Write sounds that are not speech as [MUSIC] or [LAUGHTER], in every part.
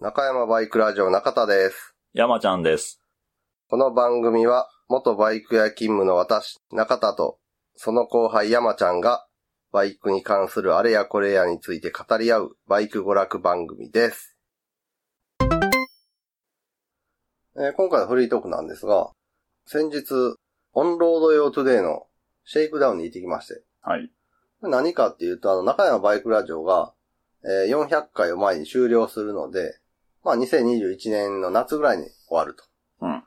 中山バイクラジオ中田です。山ちゃんです。この番組は、元バイク屋勤務の私、中田と、その後輩山ちゃんが、バイクに関するあれやこれやについて語り合う、バイク娯楽番組です。えー今回のフリートークなんですが、先日、オンロード用トゥデイのシェイクダウンに行ってきまして、はい。何かっていうと、あの、中山バイクラジオが、えー400回を前に終了するので、まあ、2021年の夏ぐらいに終わると。うん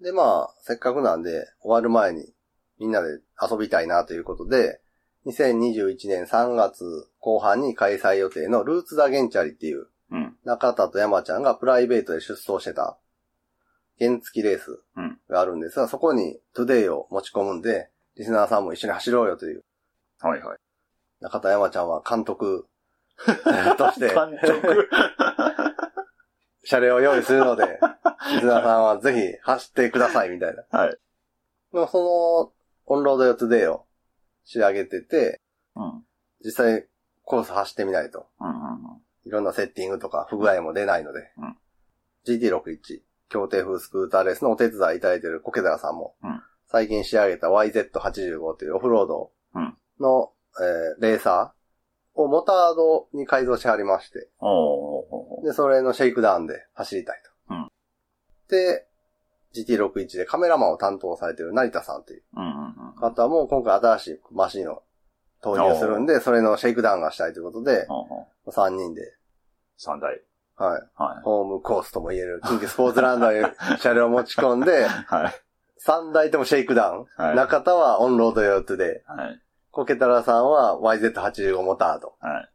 で、まあ、せっかくなんで、終わる前に、みんなで遊びたいなということで、2021年3月後半に開催予定のルーツ・ザ・ゲンチャリっていう、うん。中田と山ちゃんがプライベートで出走してた、原付きレースがあるんですが、そこにトゥデイを持ち込むんで、リスナーさんも一緒に走ろうよというはいはい。 [LAUGHS] 中田山ちゃんは監督 [LAUGHS] として、完食。車両を用意するので、 [LAUGHS] リスナーさんはぜひ走ってくださいみたいな。はい。でもその、オンロード用トゥデイを仕上げてて、うん。うん実際コース走ってみないと、うんいろんなセッティングとか不具合も出ないので、うん GT61、協定風スクーターレースのお手伝いいただいているコケダラさんも、うん最近仕上げた YZ85 というオフロードの、えーレーサーをモタードに改造しはりまして、うん。おーおーおーで、それのシェイクダウンで走りたいと。うんで、GT61 でカメラマンを担当されている成田さんといううんうんうん。方も今回新しいマシンを投入するんで、それのシェイクダウンがしたいということで、おーおー3人で、三台。はい、はホームコースとも言える、近畿スポーツランドに [LAUGHS] 車両を持ち込んでい。、はい。 3台ともシェイクダウン。はい中田はオンロード用途で、はい。コケタラさんは YZ85 モタード。は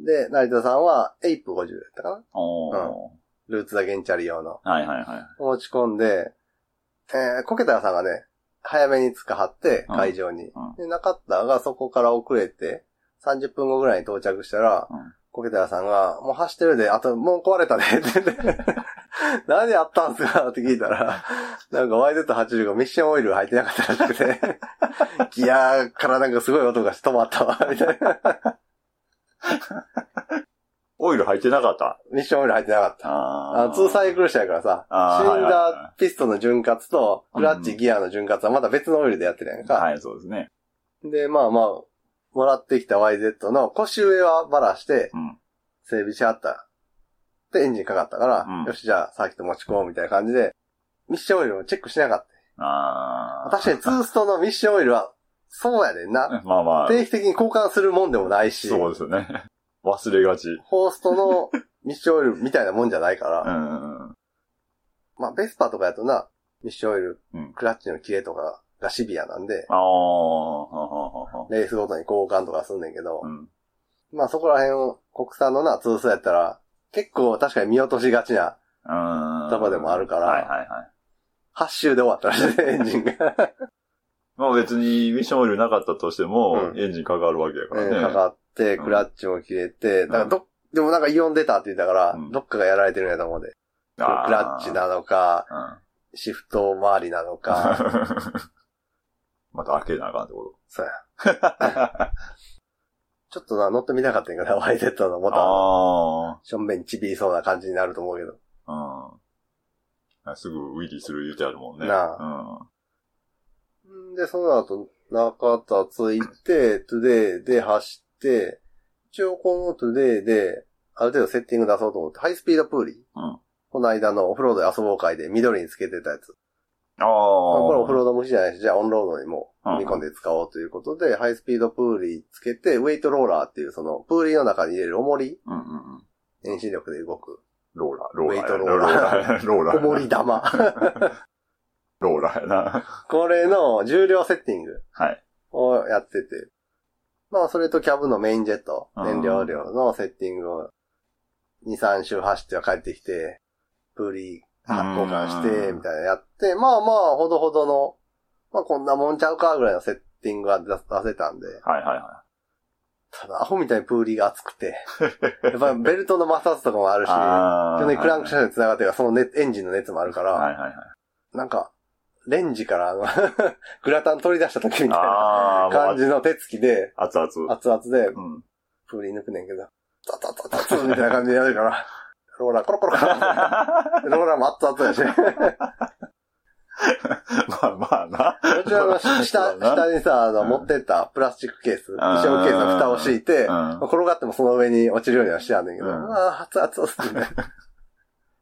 い。で、成田さんはエイプ50だったかなおールーツダゲンチャリ用の。はいはいはい。持ち込んで、えー、コケタラさんがね、早めにつかはって、うん会場に。うんで、中田がそこから遅れて、30分後ぐらいに到着したら、うんコケタラさんが、もう走ってるで、あと、もう壊れたで、って言って。 [LAUGHS] 何やったんすかって聞いたら、なんか YZ85 ミッションオイル入ってなかったらしくて、 [LAUGHS] ギアからなんかすごい音がして止まったわ、みたいな。オイル入ってなかった。ミッションオイル入ってなかった。ああの、ツーサイクル車やからさ、あーシリンはいはいはダーピストンの潤滑と、クラッチギアの潤滑はまた別のオイルでやってるやんか。はい、そうですね。で、まあまあ、もらってきた YZ の腰上はバラしてうん、整備しはった。で、エンジンかかったから、うんよし、じゃあ、サーキット持ち込もうみたいな感じで、ミッションオイルをチェックしなかっあた。あ。確かにツーストのミッションオイルは、そうやねんな。 [LAUGHS] まあまあ、定期的に交換するもんでもないし、そうですよね。 [LAUGHS] 忘れがち。うんホーストのミッションオイルみたいなもんじゃないから、うんうん。まあ、ベスパとかやとな、ミッションオイル、うんクラッチの切れとかがシビアなんで、ああ。ははははレースごとに交換とかすんねんけどう、ん。まあそこら辺を国産のな、通数やったら、結構確かに見落としがちな、うん。とこでもあるからはいはいはい。 8周で終わったらしいね、エンジンが。まあ別にミッションオイルなかったとしても、うんエンジンかかるわけやから [LAUGHS] ね。かかって、クラッチも切れて、だからど、でもなんかイオン出たって言ったから、うんどっかがやられてるんやと思うで。クあーラッチ。なのか、うん。シフト周りなの [LAUGHS] か、また開けなあかんってこそうや。と。ちょっとな、乗ってみたかったんやけど、YZ のボタン、あ正面ちびりそうな感じになると思うけど。あ。うん。すぐウィリーする言うてあるもんね。なあ。んで、その後、中田ついて、トゥデイで走って、一応このトゥデイで、ある程度セッティング出そうと思って、ハイスピードプーリー。うんこの間のオフロードで遊ぼう会で緑につけてたやつ。うん。ああ。これオフローード無視じゃないし、じゃあオンロードにも踏み込んで使おうということで、ハイスピードプーリーつけて、ウェイトローラーっていうその、プーリーの中に入れる重り、ド。うんうんうん。遠心力で動く、ローラー、ローラー。ウェイトローラ [LAUGHS] ー。ローラー。重り。玉。ローラーやな。これの重量セッティングはい。をやってて、まあそれとキャブのメインジェット、うん燃料量のセッティングを2、3周走っては帰ってきて、プーリー交換して、うんみたいなのやって、まあまあほどほどの、まあこんなもんちゃうかぐらいのセッティングが出出せたんで、はいはいはただアホみたいにプーリーが熱く [LAUGHS] て、やっぱりベルトの摩擦とかもあるい。し、ああ。去年クランクシャフトに繋がってるからその熱エンジンの熱もあるから、はいはいはい。なんか、レンジからあのグラタン取り出した時みたいなああ、感もうじの手つきで、熱々。熱々で、うん。 [LAUGHS] プーリー抜くねんけど、タタタタタみたいな感じでやるから、ローラー、コロコロコロ。ローラーも熱々やし。あまあな。こちらは下、そうだな下にさ、あの、持ってったプラスチックケース、ん衣装ケースの蓋を敷いて、うん転がってもその上に落ちるようにはしてあんねんけど、うんまあ、熱々っすね。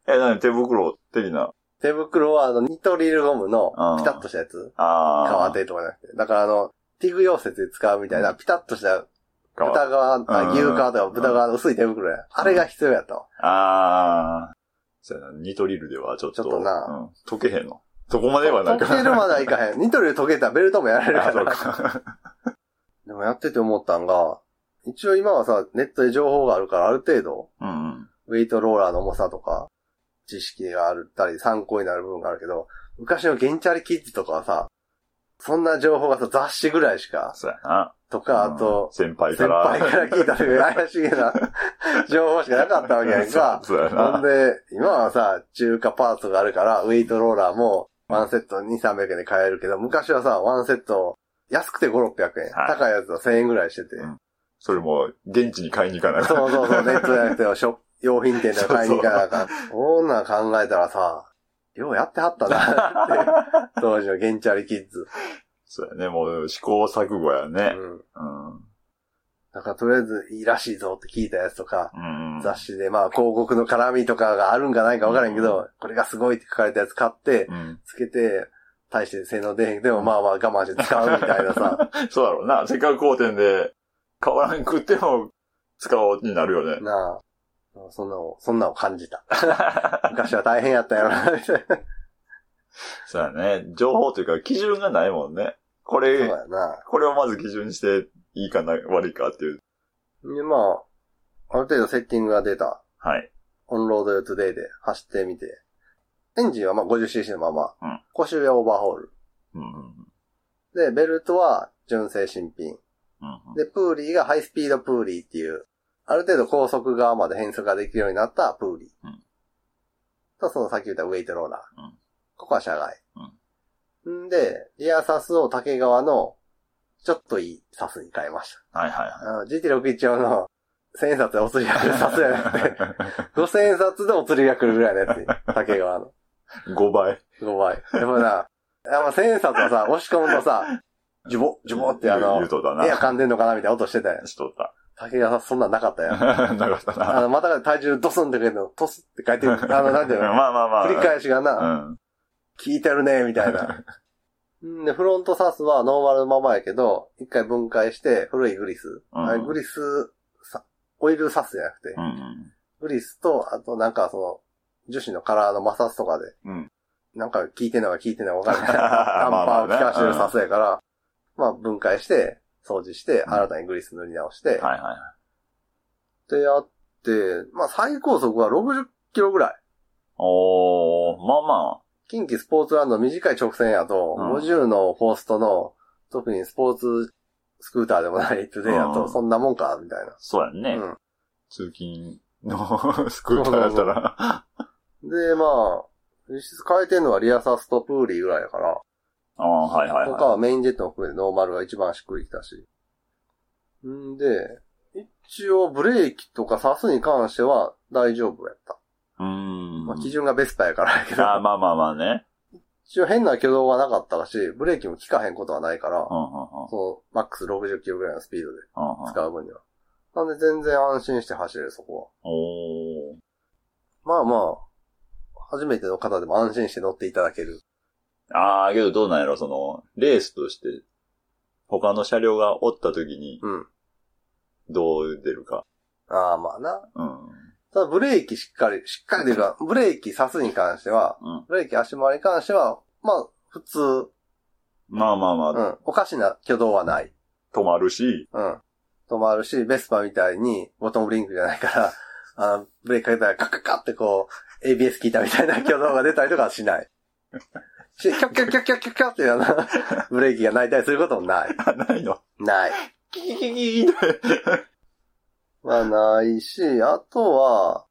え、なに手袋的な。手袋は、あの、ニトリルゴムのうん、ピタッとしたやつ。ああ。革。でとかじゃなくて。だから、あの、ティグ溶接で使うみたいな、ピタッとした、豚革、あうん牛革とか豚革の薄い手袋や。あれが必要やと。ああ。そうやな、ニトリルではちょっと。ちょっとなうん。溶けへんの。そこまではなんか。溶けるまではいかへん。ニトリで溶けたらベルトもやられるかあそうら。か。でもやってて思ったんが、一応今はさ、ネットで情報があるから、ある程度、うんうん。ウェイトローラーの重さとか、知識があるったり、参考になる部分があるけど、昔のゲンチャリキッズとかはさ、そんな情報がさ、雑誌ぐらいしか、そうやな。とか、あとうん、、先輩か先ら。輩から聞いたという怪しげ [LAUGHS] な情報しかなかったわけやんか。そうそう [LAUGHS] やほんな。で、今はさ、中華パーツがあるから、ウェイトローラーも、ワンセット2、300円で買えるけど、昔はさ、ワンセット、安くて5、600円。はい高いやつは1000円ぐらいしてて。うんそれも、現地に買いに行かない。そうそうそう、ネットじゃな [LAUGHS] くて、ショップ用品店で買いに行かなあかん。そんなん考えたらさ、ようやってはった [LAUGHS] [LAUGHS] なって。当時のゲンチャリキッズ。そうやね、もう試行錯誤やうね。ん。うん。だからとりあえずいいらしいぞって聞いたやつとか、うん。雑誌でまあ広告の絡みとかがあるんかないかわからんけうど、これがすごいって書かれたやつ買って、うん。つけて、大して性能出へんけどでもまあまあ我慢して使うみたいな [LAUGHS] さ。そうだろうな。せっかく好点で、変わらんくっても、使おうになるよね。なあ。そんなを、そんなを感じた。昔は大変やったやろ [LAUGHS] な、みたいな。そうやね。情報というか、基準がないもんね。こそうれ、やな。これをまず基準にして、いいかな、悪いかっていう。で、まあ、ある程度セッティングが出た、はい。オンロードトゥデイで走ってみて、エンジンはまあ 50cc のまま、うん腰上オーバーホール。うんうんで、ベルトは純正新品。うん。うんで、プーリーがハイスピードプーリーっていう、ある程度高速側まで変速ができるようになったプーリー。うんと、そのさっき言ったウェイトローラー。うんここは車外。んで、リアサスを竹側の、ちょっといいサスに変えました。はいはあの GT61 用の、千円札でお釣りがい来るサスじゃなくて、 [LAUGHS] は五千円札でお釣りが来るぐらいのやつに。竹川の。い。5倍。 5倍。やっぱな、やっぱ千円札はさ、押し込むとさ、ジュボ、ジュボってあの言う、とだな。エア噛んでんのかなみたいな音してたやん。しとった。 [LAUGHS] 竹川さんそんなんなかったや。なん [LAUGHS] かったあな。の、また体重ドスンってくれるの、トスって書いてる。あの、なんていう [LAUGHS] のまあまあまあ。繰り返しがな、うん。効いてるね、みたい [LAUGHS] な。んで、フロントサスはノーマルのままやけど、一回分解して、古いグリス。うんあれグリス、さオイルサスじゃなくてう、んグリスと、あとなんかその、樹脂のカラーの摩擦とかで、うんなんか効いてんのか効いてんのか分 [LAUGHS] からない。まダあンまパーあをね効かしてるサスやから、まあ分解して、掃除して、うん新たにグリス塗り直して、うん。はいはい。でやって、まあ最高速は60キロぐらい。おー、まあまあ。近畿スポーツランドの短い直線やと、うん50のフォーストの、特にスポーツスクーターでもないトゥデイやうと、んそんなもんか、みたいな。そうやんね。うん通勤の [LAUGHS] スクーターだったら。で、まあ、実質変えてんのはリアサストプーリーぐらいやから、ああ、はいはい他ははメインジェットも含めてノーマルが一番しっくりきたし。んで、一応ブレーキとかサスに関しては大丈夫やった。い。うーん。まあ基準がベスパやからやけど、あーまあまあまあね。一応変な挙動はなかったし、ブレーキも効かへんことはないからう、んうんうんそのマックス60キロぐらいのスピードでうんうん使う分には。なんで全然安心して走れる、そこおー。は。まあまあ、初めての方でも安心して乗っていただける。ああ、けどどうなんやろ、その、レースとして、他の車両がおった時に、うん。どう出るか。ああ、まあな。うん。ただブレーキしっかり、しっかりというか、ブレーキサスに関しては、うん。ブレーキ足回りに関しては、まあ、普通、まあまあまあ、うん、おかしな挙動はない。止まるし、うん。止まるし、ベスパみたいに、ボトムリンクじゃないから、あの、ブレーキかけたらカッカッカッってこう、ABS 効いたみたいな挙動が出たりとかはしない。し、キョッキョッキョッキョッキョッキョッっていうあの、ブレーキが鳴いたりすることもない。あないの。ない。キキキキキまあ、ないし、あとは、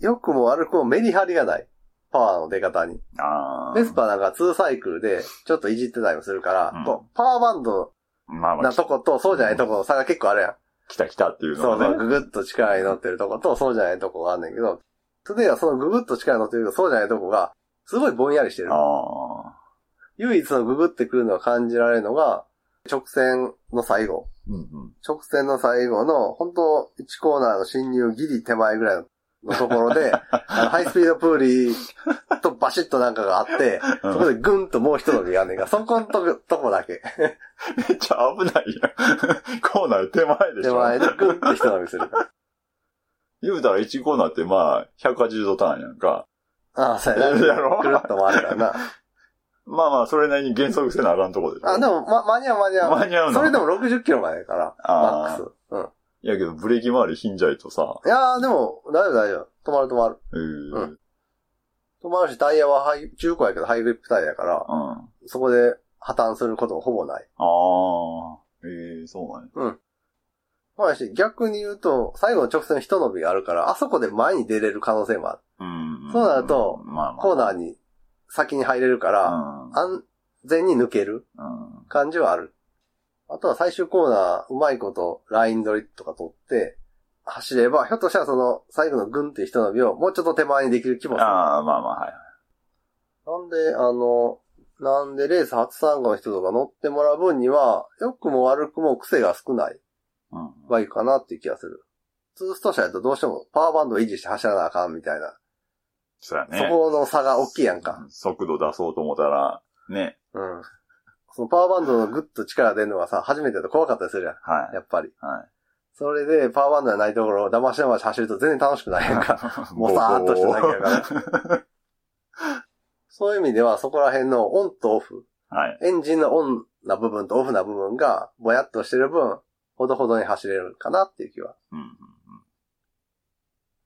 良くも悪くもメリハリがない。パワーの出方に。ああ。ベスパなんか2サイクルで、ちょっといじってたりもするから、うんこう、パワーバンドまあまなあ、とこと、そうじゃないとこの差が結構あるやん。来た来たっていうそのうそがう、ね。ぐぐっと力に乗ってるとこと、そうじゃないとこがあんねんけど、トゥデイはそのググッと力乗ってるけど、そうじゃないとこが、すごいぼんやりしてる。ああ。唯一のググってくるのが感じられるのが、直線の最後。うんうん。直線の最後の、本当1コーナーの侵入ギリ手前ぐらいのところ [LAUGHS] で、あのハイスピードプーリーとバシッとなんかがあって、そこでグンともう一伸びがあんねんが、そこのとことこだけ。めっ [LAUGHS] ちゃ危ないやん。 [LAUGHS] コーナー手前でし手ょ。前でグンって一伸びす [LAUGHS] る。言うたら1コーナーってまあ、180度ターンやんか。ああ、そうややな。ろくるっと回るからな。まあまあ、それなりに減速せなあかんとこでしょ。あ、でも、ま、間に合う間に合う。間に合うのそれでも60キロまでやから、マッあクス。あ。うん。いやけど、ブレーキ周りひんじゃいとさ。いやーでも、大丈夫大丈夫。止まる止まる。ううーん止まるし、タイヤはハイ、中古やけどハイグリップタイヤやから、うん。あそこで破綻することもほぼない。あ。ええそうなんや。まあし、逆に言うと、最後の直線の一伸びがあるから、あそこで前に出れる可能性もある。うんそうなるとまあまあ。コーナーに先に入れるから、安全に抜けるうん。うん。感じはある。あとは最終コーナー、うまいことライン取りとか取って、走れば、ひょっとしたらその最後のグンっていう一伸びをもうちょっと手前にできる気もする。ああ、まあまあ、はい。なんで、あの、なんでレース初参加の人とか乗ってもらう分には、良くも悪くも癖が少ないうん。バイクかなっていう気がする。ツースト車やとどうしてもパワーバンドを維持して走らなあかんみたいな。そうやね。そこの差が大きいやんか。うん速度出そうと思ったら、ね。うん。そのパワーバンドのグッと力出るのがさ、初めてだと怖かったりするやはん。い。やっぱり。はそれで、パワーバンドがないところを騙し騙し走ると全然楽しくないやん [LAUGHS] か。い。もさーっとしてだけやから。そういう意味では、そこら辺のオンとオフ。はい。エンジンのオンな部分とオフな部分が、ぼやっとしてる分、ほどほどに走れるかなっていう気は。うんうんうん。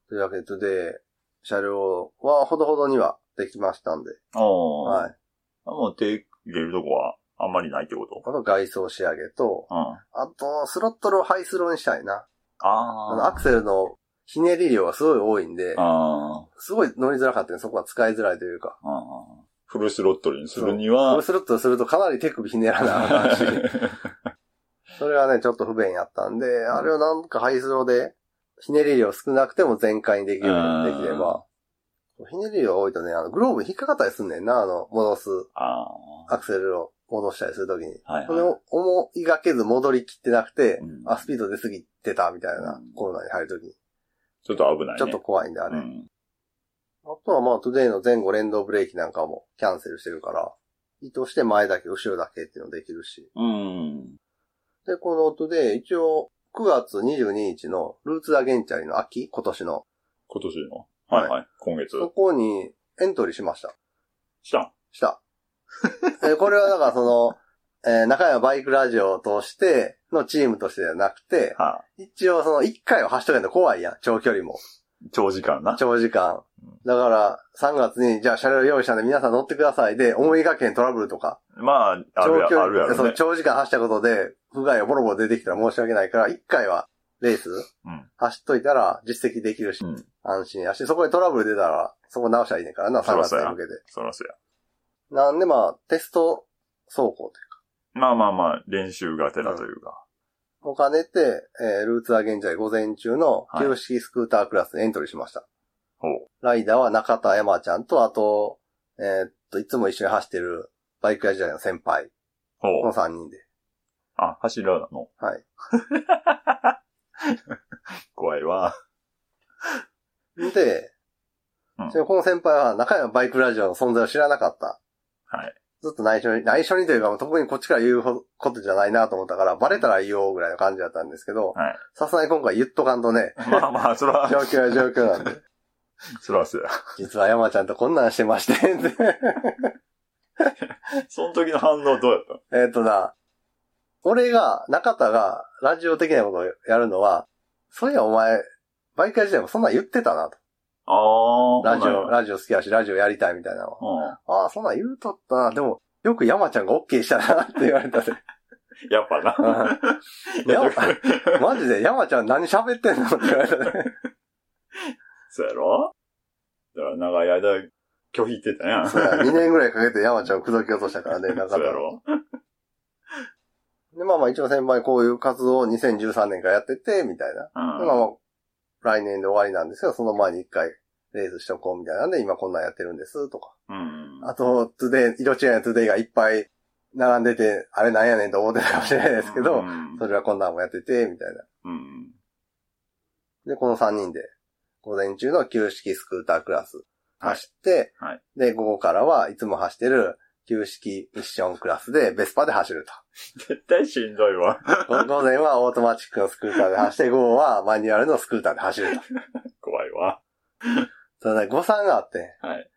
というわけで、車両はほどほどにはできましたんで。おー。はい。もう手入れるとこはあんまりないってことあと外装仕上げと、うん。ああと、スロットルをハイスローにしたいな。あの、あアクセルのひねり量がすごい多いんで、あすごい乗りづらかったね。そこは使いづらいというか。あー。フルスロットルにするにフはル、スロットルするとかなり手首ひねらなあかんしそれはね、ちょっと不便やったんで、あれをなんかハイスローで、ひねり量少なくても全開にできるようにできれば。ひねり量が多いとね、あの、グローブに引っかかったりすんねんな、あの、戻す、 [LAUGHS] あアクセルを戻したりするときに。あ。はいそれはい。を思いがけず戻りきってなくて、うんあ、スピード出過ぎてたみたいなうんコーナーに入るときに、ちょっと危ないね。ちょっと怖いんで、あれ。うんあとはまあ、トゥデイの前後連動ブレーキなんかもキャンセルしてるから、意図して前だけ、後ろだけっていうのできるし。うん。で、このトゥデイ、一応、9月22日のルーツ・ダ・ゲンチャリの秋、今年の、今年の。はいはい。今月。そこにエントリーしました。したんした。 [LAUGHS] えこれはだからその、えー中山バイクラジオを通してのチームとしてではなくて、は一応その1回を走っとけんと怖いやん、長距離も。い。長時間な。長時間。だから、3月に、じゃあ車両用意したんで皆さん乗ってくださいで、思いがけんトラブルとか、まあ、ある長距や離、あるやそろのね。長時間走ったことで、不具合がボロボロ出てきたら申し訳ないから、1回はレース、うん走っといたら実績できるし、うん安心やし、そこでトラブル出たら、そこ直したらいいねんからな、そ3ら月そうにや向けて。そらそや。なんでまあ、テスト走行というか、まあまあまあ、練習がてらというか。お金て、えールーツは現在午前中の旧式スクータークラスにエントリーしました。ほう。ライダーは中田山ちゃんと、あと、えーっと、いつも一緒に走ってるバイク屋時代の先輩、ほこのう。 3人で。あ、柱なの。はい。 [LAUGHS] 怖いわ。で、うんちなみにこの先輩は中山バイクラジオの存在を知らなかった。はい。ずっと内緒に、内緒にというか、もう特にこっちから言うほどことじゃないなと思ったから、バレたら言おうぐらいの感じだったんですけど、はい。さすがに今回言っとかんとね、まあまあ、そら、状況は状況なんで、 [LAUGHS] そらそや。実は山ちゃんとこんなんしてまして、 [LAUGHS] その時の反応どうやったのえっとな、俺が、中田がラジオ的なことをやるのは、そういやお前、バイク屋時代もそんなん言ってたなと。ああ、ラジほオ、なラジオ好きやし、ラジオやりたいみたいなのは。ああ、そんなん言うとったな。でも、よく山ちゃんが OK したなって言われたで。うん。やっ [LAUGHS] ぱな。いややっぱマジで山ちゃん何喋ってんのって言われた [LAUGHS] で。 [LAUGHS] そうやろだから長い間拒否言ってたやん。そうや、2年ぐらいかけて山ちゃんを口説き落とした [LAUGHS] からね、中田そうや。ろで、まあまあ一応先輩こういう活動を2013年からやってて、みたいな。うん。まあまあ、来年で終わりなんですけど、その前に一回、レースしとこうみたいなんで、今こんなんやってるんです、とか。うん。あと、トゥデイ、色違いのトゥデイがいっぱい並んでて、あれなんやねんと思ってたかもしれないですけうど、んそれはこんなんもやってて、みたいな。うん。で、この3人で、午前中の旧式スクータークラス走って、はいはいで、午後からはいつも走ってる旧式ミッションクラスでベスパで走る絶対しんどいわ。と。午前はオートマチックのスクーターで走って、午後はマニュアルのスクーターで走ると。怖いわ。ただね、誤算があって、はい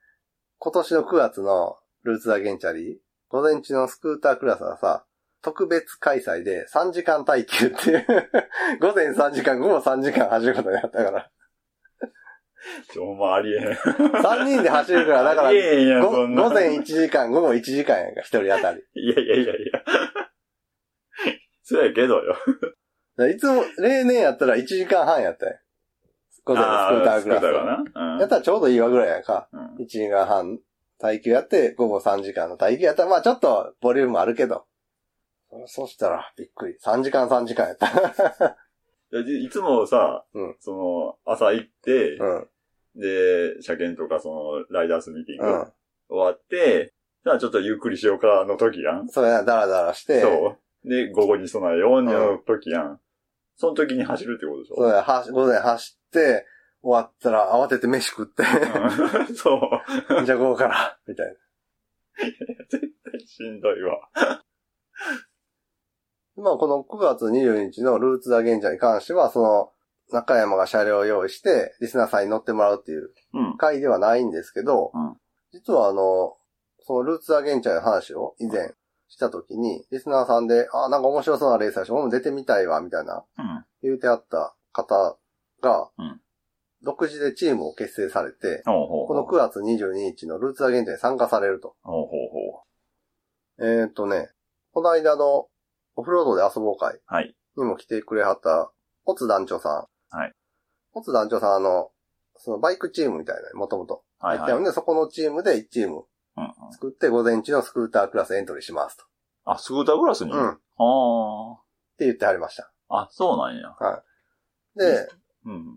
今年の9月のルーツ・アゲンチャリー、午前中のスクータークラスはさ、特別開催で3時間耐久っていう、 [LAUGHS] 午前3時間、午後3時間走ることになったから。ちょ、ほんまありえへん。 3人で走るから、だからあり、えへんやん、ごそんな。午前1時間、午後1時間やんか、1人当たり。いやいやいやいや。そうやけどよ。だからいつも、例年やったら1時間半やったやん。午前のスクータークラスあは。スクーターかな。うんやったらちょうどいいわぐらいやんか。うん1時間半耐久やって、午後3時間の耐久やったら、まあちょっとボリュームあるけど。そそしたら、びっくり。3時間3時間やった。 [LAUGHS] いやじいつもさ、うんその、朝行って、うん。で、車検とかその、ライダースミーティングう終ん。わって、じゃあちょっとゆっくりしようかの時やん。それな、ダラダラして、そう。で、午後に備えようの時やん。その時に走るってことでしょそうやはし午前走って、終わったら慌てて飯食って、うん [LAUGHS] そう。 [LAUGHS] じゃあ午後から、みたいな。絶対しんどいわ。まあ、この9月22日のルーツ・ダ・ゲンジャーに関しては、その、中山が車両を用意して、リスナーさんに乗ってもらうっていううん。回ではないんですけど、うん実はあの、そのルーツ・ダ・ゲンジャーの話を以前した時に、リスナーさんで、あ、なんか面白そうなレースだし、俺も出てみたいわ、みたいな、うん。言うてあった方が、うん独自でチームを結成されて、ほうほうこの9月22日のルーツ・ダ・ゲンジャーに参加されると。ほうほうほえーっとね、この間のオフロードで遊ぼう会はいにも来てくれはった、オツ団長さん。はい。オツ団長さん、あの、そのバイクチームみたいな、もともと。う。は入いっはてい。たうんので、うんそこのチームで1チーム作って、午前中のスクータークラスエントリーしますと。あ、スクーターグラスにうん。あっあ。て言ってはりました。あ、そうなんや。で、うん。も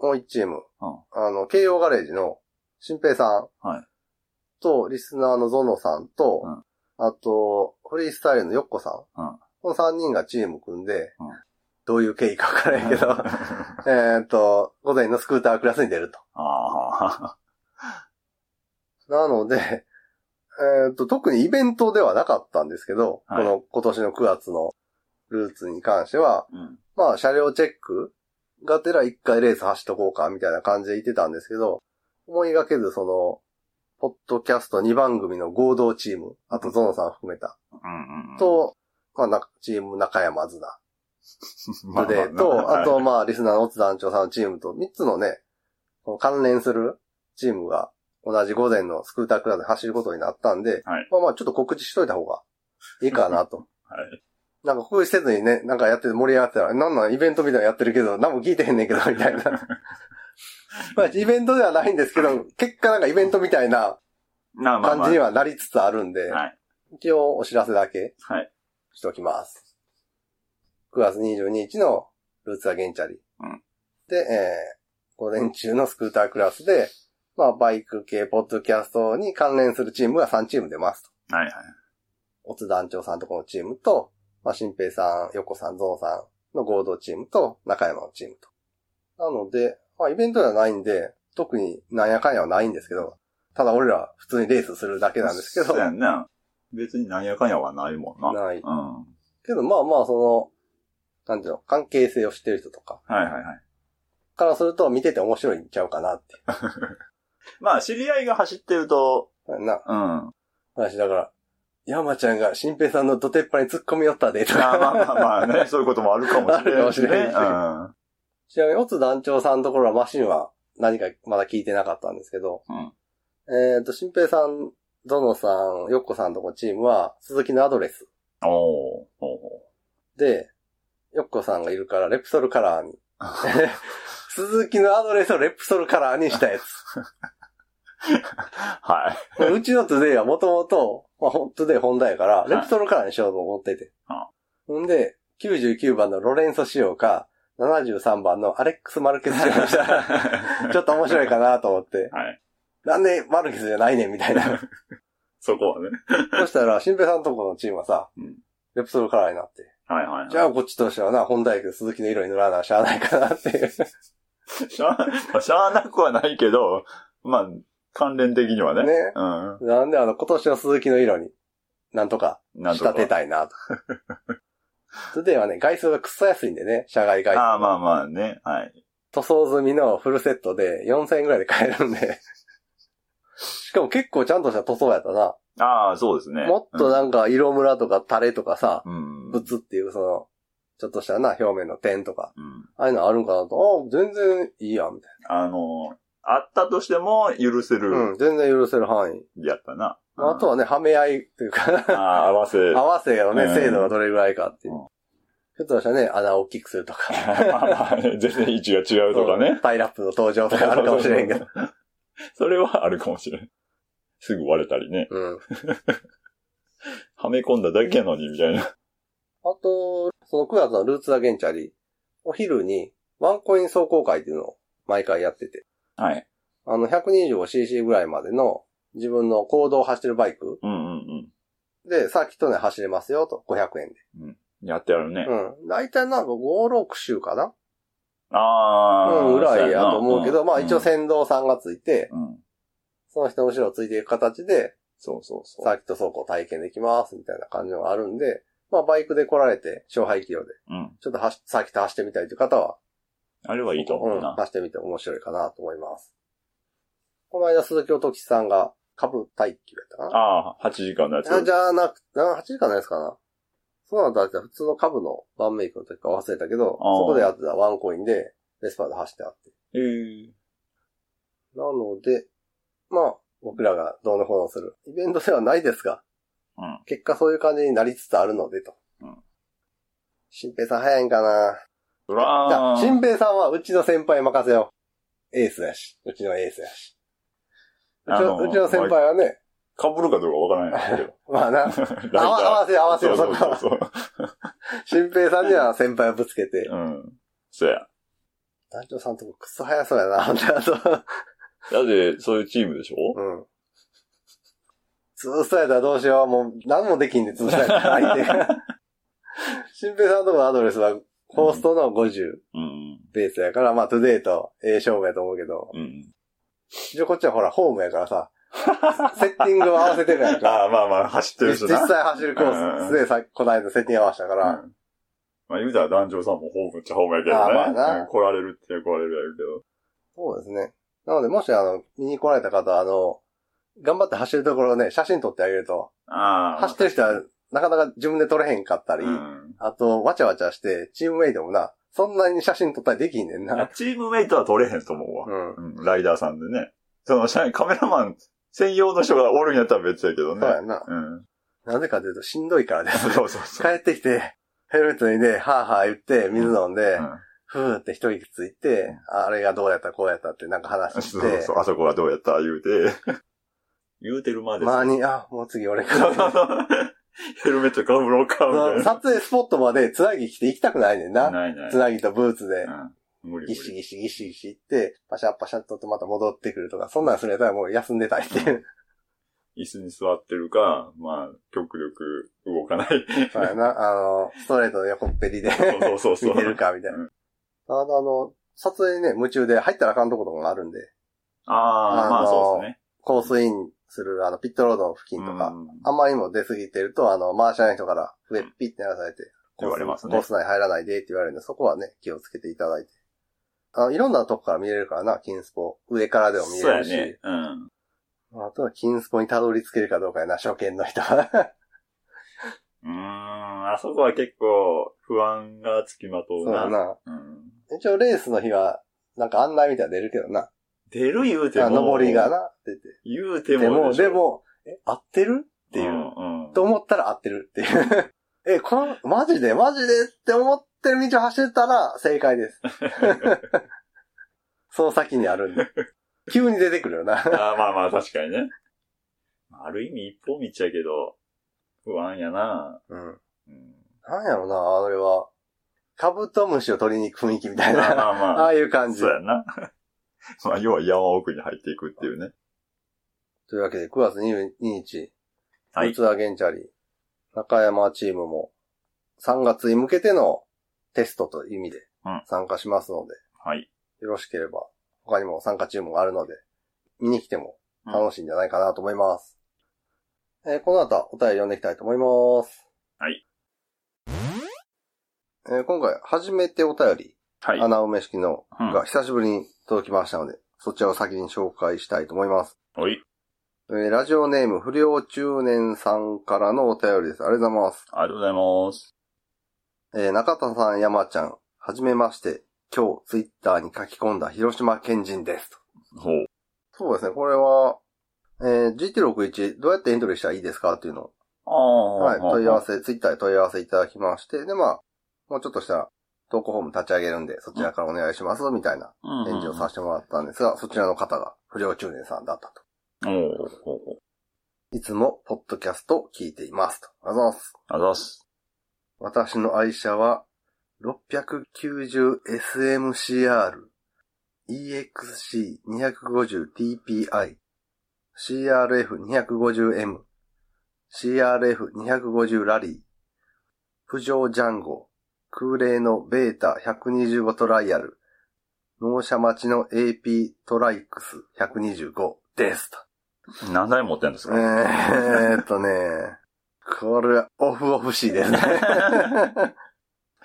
う1チーム。うんあの、慶応ガレージの、新平さん。はいと、リスナーのゾノさんと、うんあと、フリースタイルのヨッコさん。うんこの3人がチーム組んで、うんどういう経緯かわからへんけ [LAUGHS] ど、えーっと、午前のスクータークラスに出ると。ああ。なので、えーっと、特にイベントではなかったんですけど、はいこの今年の9月のルーツに関しては、うん。まあ車両チェックがてら一回レース走っとこうか、みたいな感じで言ってたんですけど、思いがけずその、ポッドキャスト2番組の合同チーム、あとゾノさん含めた、うんうん。、と、まあな、チーム中山ズナまあまで、と、はいあと、まあ、リスナーのオツ団長さんのチームと、3つのね、この関連するチームが、同じ午前のスクータークラスで走ることになったんで、はいまあまあ、ちょっと告知しといた方がいいかなと。はい。なんか告知せずにね、なんかやってて盛り上がってたら、なんなんイベントみたいなのやってるけど、何も聞いてへんねんけど、みたいな。 [LAUGHS] まあ、イベントではないんですけど、結果なんかイベントみたいななあまあ感まあじにはなりつつあるんで、はい。一応お知らせだけはい。しておきます。9月22日のルーツアゲンチャリ。うんで、えー、午前中のスクータークラスで、まあ、バイク系ポッドキャストに関連するチームが3チーム出ますと。はいはい。オツ団長さんとこのチームと、まあ、新平さん、横さん、ゾンさんの合同チームと、中山のチームと。なので、まあ、イベントではないんで、特になんやかんやはないんですけど、ただ俺ら普通にレースするだけなんですけどそう、やんな。別になんやかんやはないもんな。ないうん。はけど、まあまあ、その、なんていうの、関係性を知ってる人とか、いはいはい。からすると見てて面白いんちゃうかなっていまあ、知り合いが走ってると、う。な、うん。ま話だから、山ちゃんが新平さんのドテッパに突っ込み寄ったでとあまあか。まあ [LAUGHS] まあね、そういうこともあるかもしれないしね。あるうかん。ちなみに、オツ団長さんのところはマシンは何かまだ聞いてなかったんですけど、うんえっ、と、新平さん、ゾノさん、ヨッコさんのとこチームは、鈴木のアドレスおーほうほで、ヨッコさんがいるから、レプソルカラーに。 [LAUGHS] 鈴木のアドレスをレプソルカラーにしたやつ。う。はい。うちのトゥデイはもともと、まあ、ほんトゥデイホンダやから、いレプトルカラーにしようと思っててあ。んで、99番のロレンソ仕様か、 73番のアレックス・マルケス賞にしたら、ちょっと面白いかなと思って。はい。なんでマルケスじゃないねんみたい [LAUGHS] な。 [LAUGHS] そこはね。そしたら、新平さんとこのチームはさ、うんレプソルカラーになって。はいはいはい。じゃあこっちとしてはな、本大工鈴木の色に塗らなしゃあないかなって [LAUGHS] いう。しゃあ、 [LAUGHS] しゃあなくはないけど、まあ、関連的にはね。ねうん。なんであの、今年の鈴木の色に、なんとかなん仕とか立てたいなと。それではね、外装がくっそ安いんでね、社外外装。ああ、まあまあね。はい。塗装済みのフルセットで4000円ぐらいで買えるんで。しかも結構ちゃんとした塗装やったな。ああ、そうですね。もっとなんか色ムラとかタレとかさ、うん、うん。物っていうその、ちょっとしたな、表面の点とか、うん。ああいうのあるんかなと、ああ、全然いいや、みたいあの、あったとしても許せな。るうん、全然許せる範囲。やったな。まああとはね、はめ合いというか、 [LAUGHS] うん、ああ、合わせ。合わせのねう、ん精度がどれぐらいかっていううん。ちょっとしたね、穴を大きくすると [LAUGHS] か。まあまあね、全然位置が違うとかうんね。パイラップの登場とかあるかもしれんけど。。 [LAUGHS] それはあるかもしれん。すぐ割れたりね。うん。はめ込んだだけやのに、みたいな。あと、その9月のルーツアゲンチャリ、お昼にワンコイン壮行会っていうのを毎回やってて、はい。あの 125cc ぐらいまでの自分の行動を走ってるバイクうんうんうん。で、サーキット内走れますよと、500円やってやるねで。。うん。だいたいなんか5、6週かなああ。うん、ぐらいやと思うけそど、やなまあ一応先導さんがついて、うんうん。その人の後ろをついていく形で、そうそうそう。サーキット走行体験できます、みたいな感じのがあるんで、まあバイクで来られて、勝敗キロで、うん。ちょっと走サーキット走ってみたいという方は、あれはいいと思ううんな。走ってみて面白いかなと思います。この間鈴木おときさんが、株耐久やったかなああ、8時間のやつ。あじゃあなく、な8時間のやつかなそうなんだったら普通の株のワンメイクの時か忘れたけど、あーそこでやってたワンコインで、レスパーで走ってあって。えーなので、まあ、僕らがどうのこうのするイベントではないですが、うん結果そういう感じになりつつあるのでと。うん新平さん早いんかなじゃうらあ新平さんはうちの先輩任せよう。エースやし。うちのエースやし。うちあののうちの先輩はね、かぶるかどうかわからないんだけど。まあな、大 [LAUGHS] 体合わ合わせよう合わせよう、そそうこそうは。そう。新平さんには先輩をぶつけて、うん。そうや。団長さんともクソ早そうやな、ほんであと。だって、そういうチームでしょうん。潰されたらどうしよう。もう、何もできんで潰されたら [LAUGHS] 相手が。新平さんのとこのアドレスは、コーストの50うん。ベースやから、まあ、トゥデイと A 勝負やと思うけど、うん。一応こっちはほら、ホームやから [LAUGHS] さ、セッティングを合わせてるやんか。ああ、まあまあ、走ってる実しな。際走るコースでさ、こないだセッティング合わせたから、うんまあ言うたら団長さんもホームっちゃホームやけどね。あーまあなうん来られるって来られるやるけど。そうですね。なので、もしあの、見に来られた方は、あの、頑張って走るところをね、写真撮ってあげると、ああ。走ってる人は、なかなか自分で撮れへんかったり、うんあと、わちゃわちゃして、チームメイトもな、そんなに写真撮ったりできんねんいやな。チームメイトは取れへんと思うわ。うん。うんライダーさんでね。その、社員カメラマン専用の人がおるんやったら別やけどそね。うやんな。うん。なぜかというと、しんどいからです。そうそうそう。帰ってきて、ヘルメット脱いで、はぁはぁ言って、水飲んで、うふーって一息ついて、あれがどうやった、こうやったってなんかん、話しそうて、そう、あそこはどうやった言うて。言うてるまで。まあに、あ、もう次俺か。そうそうそう [LAUGHS] ヘルメットかぶろうか、そのみたい撮影スポットまで、つなぎ着て行きたくないねんな。な。ないない。つなぎとブーツで、うん無理無ギシ理。ギシギシギシ行って、パシャッパシャッとってまた戻ってくるとか、そんなんすれたらもう休んでたいっていう。椅子に座ってるか、まあ、極力 [LAUGHS] 動かない。そうやな、あの、ストレートの横っぺりで。そうそうそう。見てるか、みたいな。うただ、あの、撮影ね、夢中で入ったらあかんとことがあるんで、あああ、のまあそうですね。コースインする、あの、ピットロードの付近とか、うんあんまりにも出過ぎてると、あの、マーシャーの人から上ピッてやらされて、言われますねコース内入らないでって言われるんで、そこはね、気をつけていただいて。あの、いろんなとこから見れるからな、金スポ。上からでも見そうれやるし。ね。うん。あとは金スポにたどり着けるかどうかやな、初見の人は。 [LAUGHS] うーん、あそこは結構不安がつきまとうそうな。だな。うん一応レースの日は、なんか案内みたいなの出るけどな。出る言うてあ、も。登りがな、って言って。言うてでもも、しょで、も、え、合ってるっていう。んんと思ったら合ってるっていう。 [LAUGHS] え、この、マジでマジでって思ってる道を走ったら正解 [LAUGHS] です。その先にあるん [LAUGHS] で。急に出てくるよな。ああまあまあ確かにね。ある意味一本道やけど、不安やな。うん。うん、なんやろな、あれは。カブトムシを取りに行く雰囲気みたいまな、あまああまあ。 [LAUGHS] あいう感じ。そうやな。 [LAUGHS] まあ、要は山奥に入っていくっていうね。というわけで、9月22日、はいツアーゲンチャリ、中山チームも、3月に向けてのテストという意味でうん、参加しますので、はい。よろしければ、他にも参加チームがあるので、見に来ても楽しいんじゃないかなと思います。えーこの後はお便り読んでいきたいと思います。はい。えー今回、初めてお便り、はい。穴埋め式のうんが久しぶりに届きましたので、そちらを先に紹介したいと思います。おい。えーラジオネーム不良中年さんからのお便りです。ありがとうございます。ありがとうございます。えー中田さん、山ちゃん、はじめまして。今日、ツイッターに書き込んだ広島県人です。とほう。そうですね、これは、えー GT61 どうやってエントリーしたらいいですかっていうのあを、あ。はい、問い合わせ。せ、ツイッターで問い合わせいただきまして、で、まあ、もうちょっとしたら、投稿フォーム立ち上げるんで、そちらからお願いします、みたいなうん。返事をさせてもらったんですが、そちらの方が不良中年さんだったと。おうほうほう。いつも、ポッドキャストを聞いています。と。ありがとうございます。あざっす。私の愛車は 690SMCR EXC250TPI CRF250M CRF250 ラリープジョージャンゴ空冷のベータ125トライアル納車待ちの AP トライクス125ですと。何台持ってんですえか、ーっとね、これはオフオフしいですね。 [LAUGHS]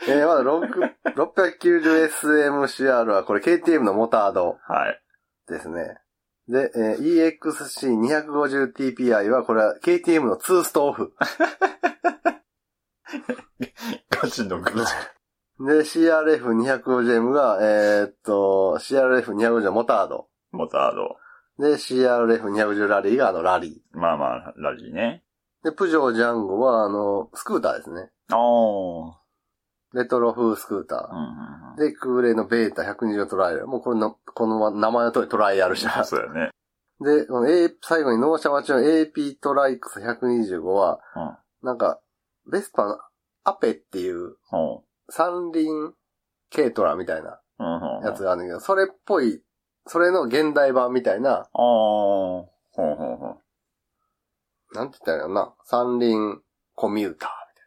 えー、まだ6 690SMCR はこれ KTM のモタードはい。ですね。で、えー EXC250TPI はこれは KTM の2ストオフ。ガチのグで、[LAUGHS] CRF250M が、えーっと、CRF250 のモタード。モタード。で、CRF250 ラリーがあのラリまあまあ、ラリーね。ー。で、プジョージャンゴはあの、スクーターですね。ああ。レトロ風スクーター。うんうんで、空冷のベータ120トライアル。もうこれの、この名前の通りトライアルじゃうんん。。 [LAUGHS] そうだよね。で、この A、最後に納車待ちの AP トライクス125は、うんなんか、ベスパのアペっていうほ三輪軽トラみたいなう。うんうん。やつがあるんだけど、それっぽい、それの現代版みたいな、ああ。ほうほうほなんて言ったらいいのかな、三輪コミューターみ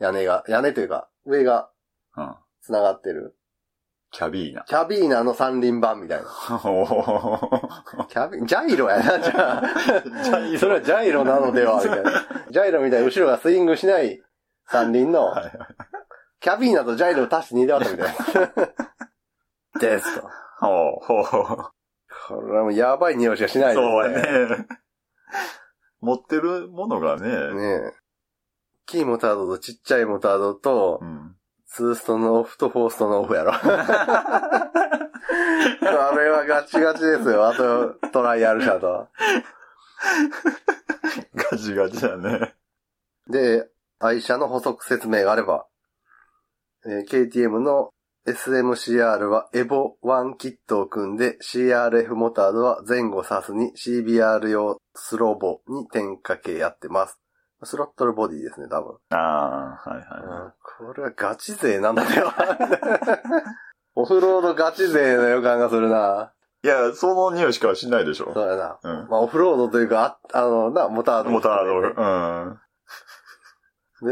たいな。屋根が、屋根というか、上がう。うん。繋がってる。キャ [LAUGHS] ビーナ。キャビーナの三輪版みたいな。ほうほうほうほうキャビ、ジャイロやな、じゃあ。ジャイロそれはジャイロなのでは、みたいな。ジャイロみたいに後ろがスイングしない三輪のはいはい、キャビーナとジャイロを足して2で割ったみたいな。ですと。ほうほうほう。これはもうやばい匂いしかしないですね。そうやね。持ってるものがね。ねえ。大きいモタードとちっちゃいモタードとう、ん。ツーストのオフとフォーストのオフやろ。 [LAUGHS] これはガチガチですよ。あと、トライアル車と。ガチガチだね。で、愛車の補足説明があれば、えー KTM の SMCR はエボ1キットを組んで CRF モタードは前後サスに CBR 用スロボに点火系やってます。スロットルボディですね、多分。ああ、はいはうん、これはガチ勢なんだよ。オフロードガチ勢の予感がするな。い。いや、その匂いしかしないでしょ。そうやな。うん。まあ、オフロードというか、ああの、な、モタード。モタード。うん。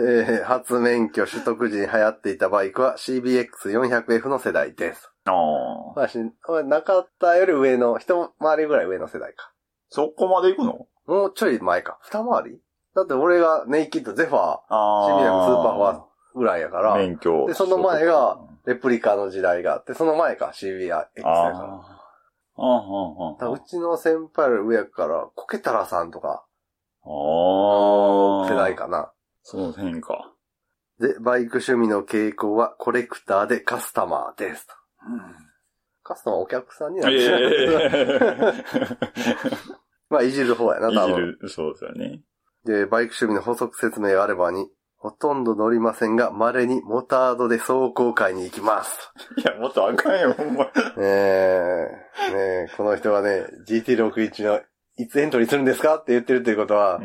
で、初免許取得時に流行っていたバイクは CBX400F の世代です。ああ。まあ、し中田より上の、一回りぐらい上の世代か。そこまで行くのもうちょい前か。二回りだって俺がネイキッド、ゼファーああ。シビアのスーパーファーぐらいやから、免許。でその前が取レプリカの時代があって、その前か CBX や得から。ああ。ああ、だからあうちの先輩より上やから、コケタラさんとか、あ。世代。かな。その辺か。で、バイク趣味の傾向はコレクターでカスタマーです。カスタマーお客さんになってしまう [LAUGHS] まあ、いじる方やな、い多じ分。る、そうだよね。で、バイク趣味の補足説明があればに、ほとんど乗りませんが、稀にモタードで走行会に行きます。いや、もっとあかんよ、ほんま。ねえ、ねえ、この人はね、GT61 のいつエントリーするんですかって言ってるっていうことは、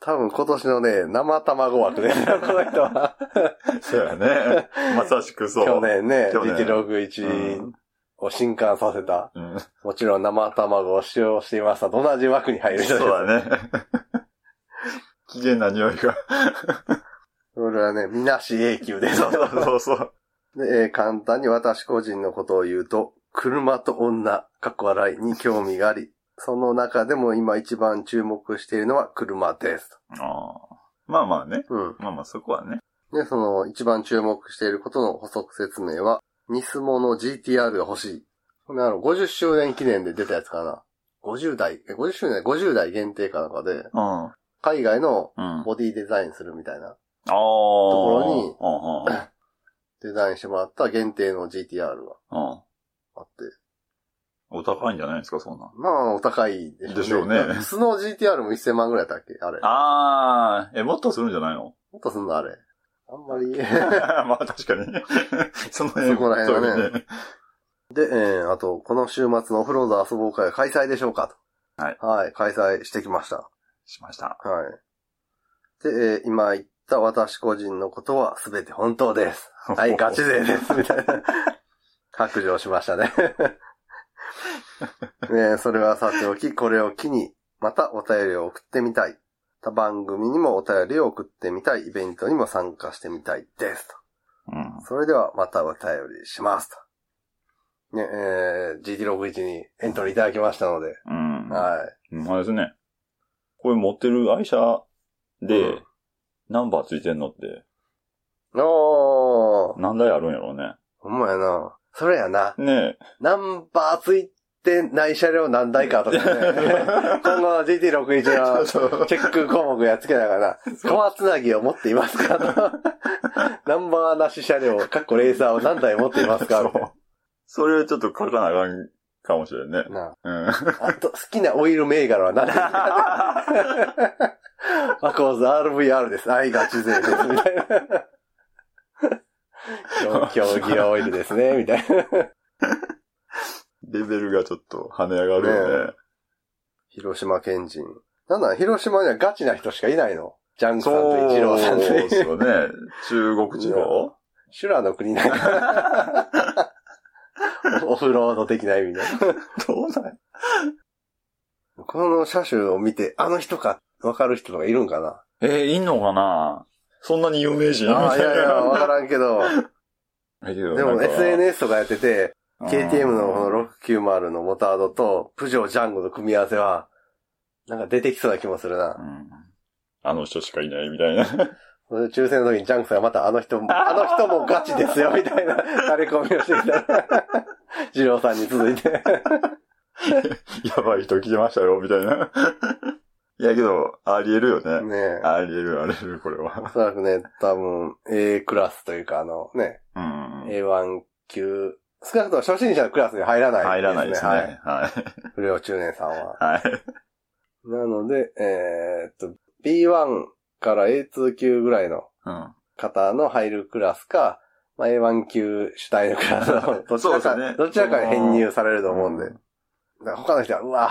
多分今年のね、生卵枠 [LAUGHS] ね、この人は。そうやね。まさしくそう。去年ね、去年161を震撼させた。うん、そもちろん生卵を使用していましたと同じ枠に入る人うです。だね。危険な匂いが。それはね、みなし永久です。そうそうそう。で、えー簡単に私個人のことを言うと、車と女、かっこ笑いに興味があり、その中でも今一番注目しているのは車です。ああまあまあね。うん。まあまあそこはね。で、その一番注目していることの補足説明は、ニスモの GTR が欲しい。これあの、50周年記念で出たやつかな。50代、え、50周年、50代限定かなんかで、うん。うん。海外のああ。ボディデザインするみたいな、ところに [COUGHS] デザインしてもらった限定の GTR がろに。うん。うん。あって、お高いんじゃないですか、そんなん。まあ、お高いでしょうね。でしょうねスノー GTR も1000万ぐらいだったっけあれ。ああ、え、もっとするんじゃないのもっとすんのあれ。あんまり。 [LAUGHS] [LAUGHS] まあ確かに。 [LAUGHS] その辺そこら辺はねそうよね。で、えー、あと、この週末のオフロード遊ぼう会は開催でしょうかと。はい。はい、開催してきました。はしました。い。で、えー、今言った私個人のことは全て本当です。 [LAUGHS] はい、ガチ勢です、みたいな。白状しましたね。 [LAUGHS] ねそれはさておき、これを機に、またお便りを送ってみたい。他番組にもお便りを送ってみたい、イベントにも参加してみたいです。うんと。それでは、またお便りします。とね、えー、GT61 にエントリーいただきましたので、うん。はうん、あれですね。これ持ってる愛車で、うんナンバーついてんのって、い。おー、何台あるんやろうね。ほんまやな。それやな。ねナンバーついてない車両何台か [LAUGHS] とか [LAUGHS] ね。今後 GT61 はえ。、そうチェック項目やっつけながら、川つなぎを持っていますか [LAUGHS] と。ナンバーなし車両、かっこレーサーを何台持っていますかみたいそれちょっと書かなあかんかもしれんね。なな [LAUGHS] うん。あ。あと、好きなオイル銘柄は [LAUGHS] 何ですかマコーズ RVR です。愛が知勢です。みたいな。競競技用オイルですね。みたいな。レベルがちょっと跳ね上がるよね。広島県人。なんだ、広島にはガチな人しかいないの。ジャンクさんとイチローさんそうでで。すよね。中国地方修羅の国なんか。 [LAUGHS] オフロード的な意味で。どうなんこの車種を見て、あの人か、わかる人とかいるんかなえー、いんのかなそんなに有 [LAUGHS] 名人ああ、いやいや、わからんけど。いやでも SNS とかやってて、KTM のこロの690のモタードと、プジョージャンゴの組み合わせは、なんか出てきそうな気もするな。あの人しかいないみたいな。 [LAUGHS] それで抽選の時にジャンクさんがまたあの人 [LAUGHS] も、あの人もガチですよ、みたいな、垂れ込みをしてき [LAUGHS] た。二郎さんに続いて。やばい人来てましたよ、みたいな。 [LAUGHS] いやけど、ありえるよね。ねえ。ありえる、ありえる、これおは。そらくね、多分、A クラスというか、あのね、うん。 A1 級、少なくとも初心者のクラスに入らない、入らないですね。はいはい。不良中年さんは。はい。なので、えーっと、B1 から A2 級ぐらいのうん。方の入るクラスか、まあ、A1 級主体のクラスのどちらそか、うですねどちらかに編入されると思うんで。うだから他の人は、うわ、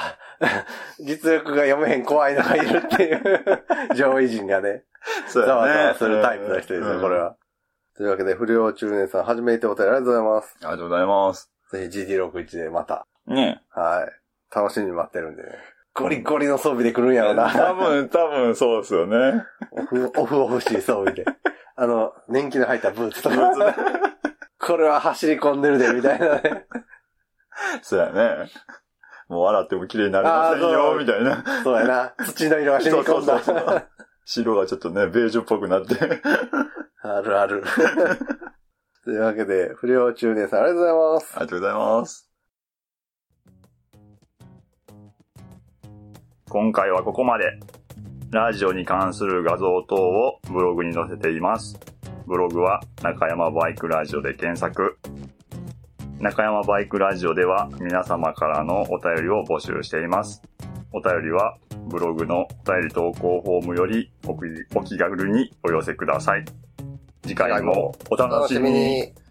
[LAUGHS] 実力が読めへん怖いのがいるっていう [LAUGHS] 上位陣がね。そざわざわするタイプの人ですね、これ。うんは。というわけで、不良中年さん、初めてお便りありがとうございます。ありがとうございます。ぜひ GT61 でまた、ねはい。楽しみに待ってるんでね。ゴリゴリの装備で来るんやろうな。多分、多分そうですよね。オフ、オフオフしい装備で。あの、年季の入ったブーツとか。 [LAUGHS] これは走り込んでるで、みたいなね。そうやね。もう笑っても綺麗になれませんあーそよ、うみたいな。そうやな。土の色が染み込んだ。そうそうそう白がちょっとね、ベージュっぽくなって。あるある。 [LAUGHS] というわけで、不良中年さん、ありがとうございます。ありがとうございます。今回はここまで。ラジオに関する画像等をブログに載せています。ブログは中山バイクラジオで検索。中山バイクラジオでは皆様からのお便りを募集しています。お便りはブログのお便り投稿フォームよりお気お気軽にお寄せください。次回もお楽しみに。に。